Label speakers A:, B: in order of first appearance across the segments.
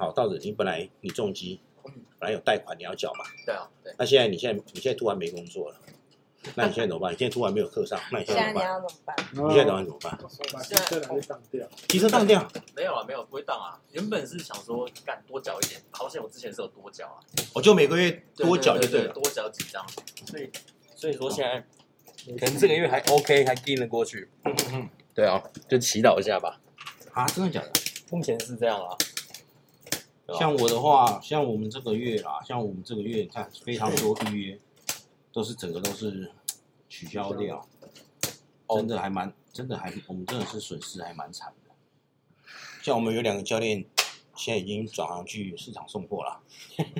A: 好，到底你本来你重疾，
B: 嗯
A: 本来有贷款你要缴嘛，
B: 对啊，对，
A: 那现在你现在你现在突然没工作了，那你现在怎么办？你现在突然没有课上，那你现
C: 现
A: 在
C: 在
A: 怎
C: 你
A: 么办？
C: 要怎么办？
A: 你现在打算怎么办？
D: 我把汽车拿去上掉，
A: 机车当掉，
B: 没有啊，没有不会当啊。原本是想说，干多缴一点，好险我之前是有多缴啊，
A: 我就每个月
B: 对
A: 多缴就
B: 对
A: 对
B: 对
A: 了。
B: 多缴几张。哦
E: 所以说现在可能这个月还 OK，还盯得过去。
B: 嗯
E: 对啊，就祈祷一下吧。
A: 啊，真的假的？
E: 目前是这样啊。对吧
A: 像我的话，像我们这个月啦，像我们这个月，你看非常多预约，都是整个都是嗯取消掉，
E: 哦
A: 真的还蛮，真的还，我们真的是损失还蛮惨的。像我们有两个教练，现在已经转行去市场送货了，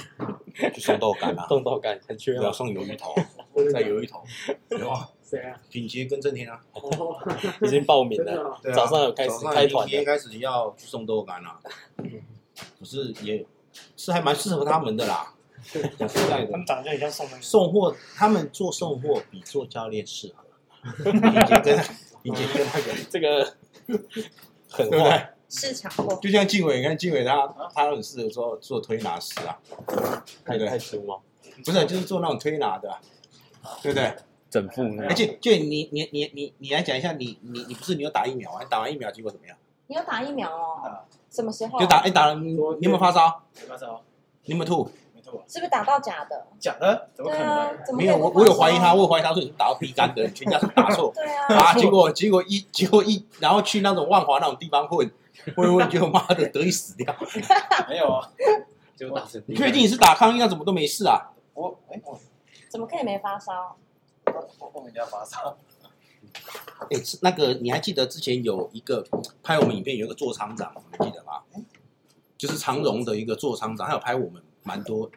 A: 去送豆 干啦，
E: 动到感很缺
A: 不要
E: 啊。
A: 送鱿鱼头，
B: 啊
D: 在
A: 鱿鱼头， 有啊，
D: 谁啊？
A: 品杰跟正天啊，
D: 哦，
E: 已经报名
D: 真的
E: 了，
D: 哦，
A: 对啊
E: 早上有开始
A: 早上
E: 开
A: 已
E: 团
A: 经
E: 的，
A: 开始要去送豆干啦，可是也是还蛮适合他们的 啦，讲实在的
F: 他。们长得就很像宋美龄，
A: 送货，他们做送货比做教练适合。已经跟已经跟那个，
E: 这个 很
A: 对不对
E: 坏。？
C: 市场货，
A: 就像静伟，你看静伟他他很适合做做推拿师啊，对
E: 太
A: 不对？
E: 太粗吗？
A: 不是，就是做那种推拿的啊，对不对？
E: 整副那
A: 而且就你你你你你来讲一下，你你你不是你有打疫苗啊？打完疫苗结果怎么样？
C: 你有打疫苗哦？什么时候？
A: 就啊打哎你打了，你你有没有发烧？
F: 没发烧，
A: 你有没有吐？
F: 没错，
C: 是不是打到假的？
F: 假的，怎么
C: 对
F: 可
C: 啊
F: 能？，
C: 怎么
A: 没
C: 可
A: 有，
C: 能
A: 我我有怀疑他，我有怀疑他说你是打到鼻干的，你全家是打 错。
C: 对啊，
A: 啊，结果结果一结果一，然后去那种万华那种地方混，混一混，结果妈的得意死掉。
F: 没有 啊，就打成
A: 你确定你是打抗疫，那怎么都没事啊？
F: 我哎我
C: 怎么可以没发烧？
F: 我我人家发烧，
A: 哎、是那个你还记得之前有一个拍我们影片，有一个做厂长，你们记得吗？就是长荣的一个做厂长，他有拍我们蛮多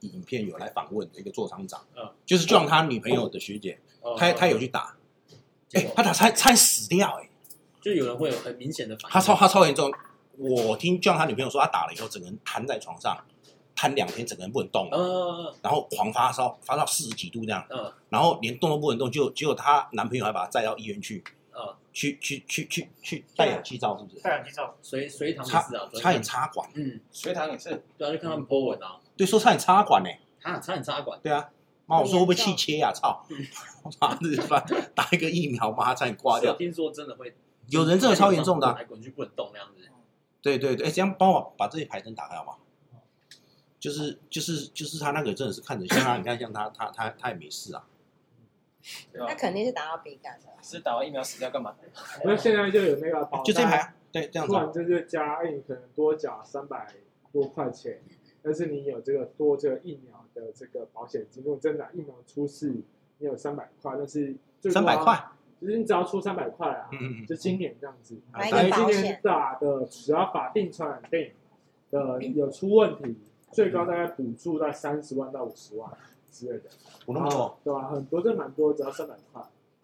A: 影片有来访问的一个做厂长，
F: 嗯
A: 就是撞他女朋友的学姐，
B: 哦
A: 他他有去打，哎、他打差差点死掉、哎，
B: 就有人会有很明显的反应，
A: 他超他超严重。我听撞他女朋友说，他打了以后，整个人瘫在床上，瘫两天，整个人不能动了。
B: 呃
A: 然后狂发烧，发到四十几度这样，
B: 嗯
A: 然后连动都不能动，就只有她男朋友还把她载到医院去，
B: 呃，
A: 去去去去去哦啊戴氧气罩，是不是？
F: 戴氧气罩，
B: 隋隋唐也
A: 插
B: 是啊，昨
A: 差点
B: 天
A: 插管，
B: 嗯，
F: 隋唐也是，
B: 对啊，就看他们 po 文啊，
A: 对，说差点插管呢、
B: 啊，差点插管，
A: 对啊，妈，我说会不会气切呀、操！ 妈的，妈打一个疫苗，妈差点挂
B: 是有
A: 掉。
B: 听说真的会，
A: 有人真的超严重的啊、
B: 滚来滚去不能动那样子，
A: 对对对，哎，这样帮我把这些牌灯打开好不好？就是就是就是他那个真的是看着像他，你看像他他他他也没事啊，
F: 对
C: 那
F: 吧？
C: 肯定是打到鼻感的。
F: 是打完疫苗死掉干嘛？
D: 那现在就有那个保单
A: 就这一排，啊，对，这样
D: 突
A: 子啊、
D: 然就是加印可能多缴三百多块钱，但是你有这个多这个疫苗的这个保险金，如果真的疫苗出事，你有三百块，但是最多
A: 三
D: 啊
A: 百，块，
D: 就是你只要出三百块啊，
A: 嗯嗯嗯，
D: 就今年这样子。
C: 买一个
D: 但是今
C: 保险
D: 年，打的只要法定传染病的
C: 嗯
D: 有出问题，最高大概补助在三十万到五十万之类的，
A: 我那么多。
D: 对吧、很多这蛮多，只要三百块，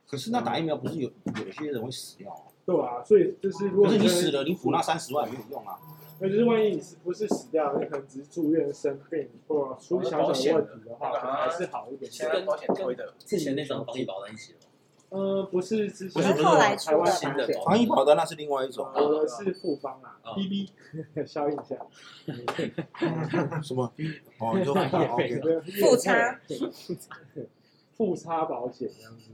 A: 可是那打疫苗不是有有些人会死掉、啊？
D: 对吧、所以就是如果
A: 可是你
D: 真的
A: 死了，你补那三十万也没有用啊。
D: 那就是万一你是不是死掉，你可能只是住院生病或
A: 哦
D: 出小小的问题的话，可能还是好一
A: 啊
D: 点。
F: 现在保险推的，
B: 之前那张防疫保单一起的嘛，
D: 呃，不是之
A: 不是
D: 前
A: 不是
C: 后来
D: 台
C: 出
D: 湾
C: 的
B: 新
C: 吧？
B: 的保
A: 防疫保单那是另外一 种，
D: 我的是复方啊
A: 哦
B: 啊
D: ，BB 笑一 下，
A: 什么？哦，你说防疫保
D: 这
A: 单。
D: 个
C: 复差
D: 复差保险这样子。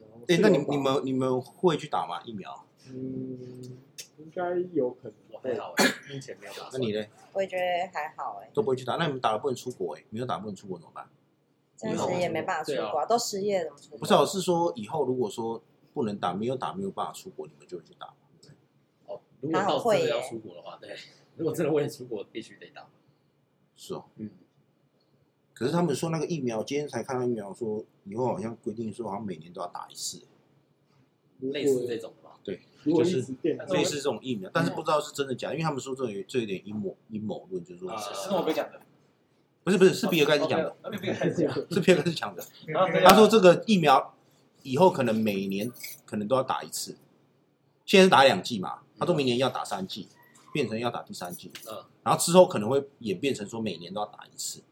D: 然后
A: 哎，那你
D: 是有保
A: 你们你们会去打吗？疫苗？
D: 嗯，应该有可能。
B: 我还好哎，目前没有打
A: 那
B: 算，
A: 你呢？
C: 我也觉得还好哎，
A: 都不会去打？那你们打了不能出国哎、没有打不能出国怎么办？
C: 暂时也没办法出
B: 对
C: 国啊，都失业了，怎么出国？
A: 不是，我是说以后如果说不能打，没有打没有办法出国，你们就会去打吗。
B: 哦，如果到真的要出国的话，对，如果真的为了出国必须得打，
A: 是哦。
B: 嗯，
A: 可是他们说那个疫苗，今天才看到疫苗说，以后好像规定说好像每年都要打一次，
D: 如
B: 类似
D: 果
B: 这种的吧，
D: 如果
A: 就是
D: 一直变
F: 那
D: 动，
F: 我
A: 类似这种疫苗，但是不知道是真的假的，因为他们说这有这有点阴谋阴谋论，就是说
B: 啊
F: 是诺贝讲的，
A: 不是不是是比尔盖茨讲的，
F: 哦，那边开始讲，
A: 是比尔盖茨讲的。
B: 啊
F: 他
A: 他说这个疫苗以后可能每年可能都要打一次，现在是打两剂嘛，他说明年要打三剂，变成要打第三剂，
B: 嗯，
A: 然后之后可能会演变成说每年都要打一次，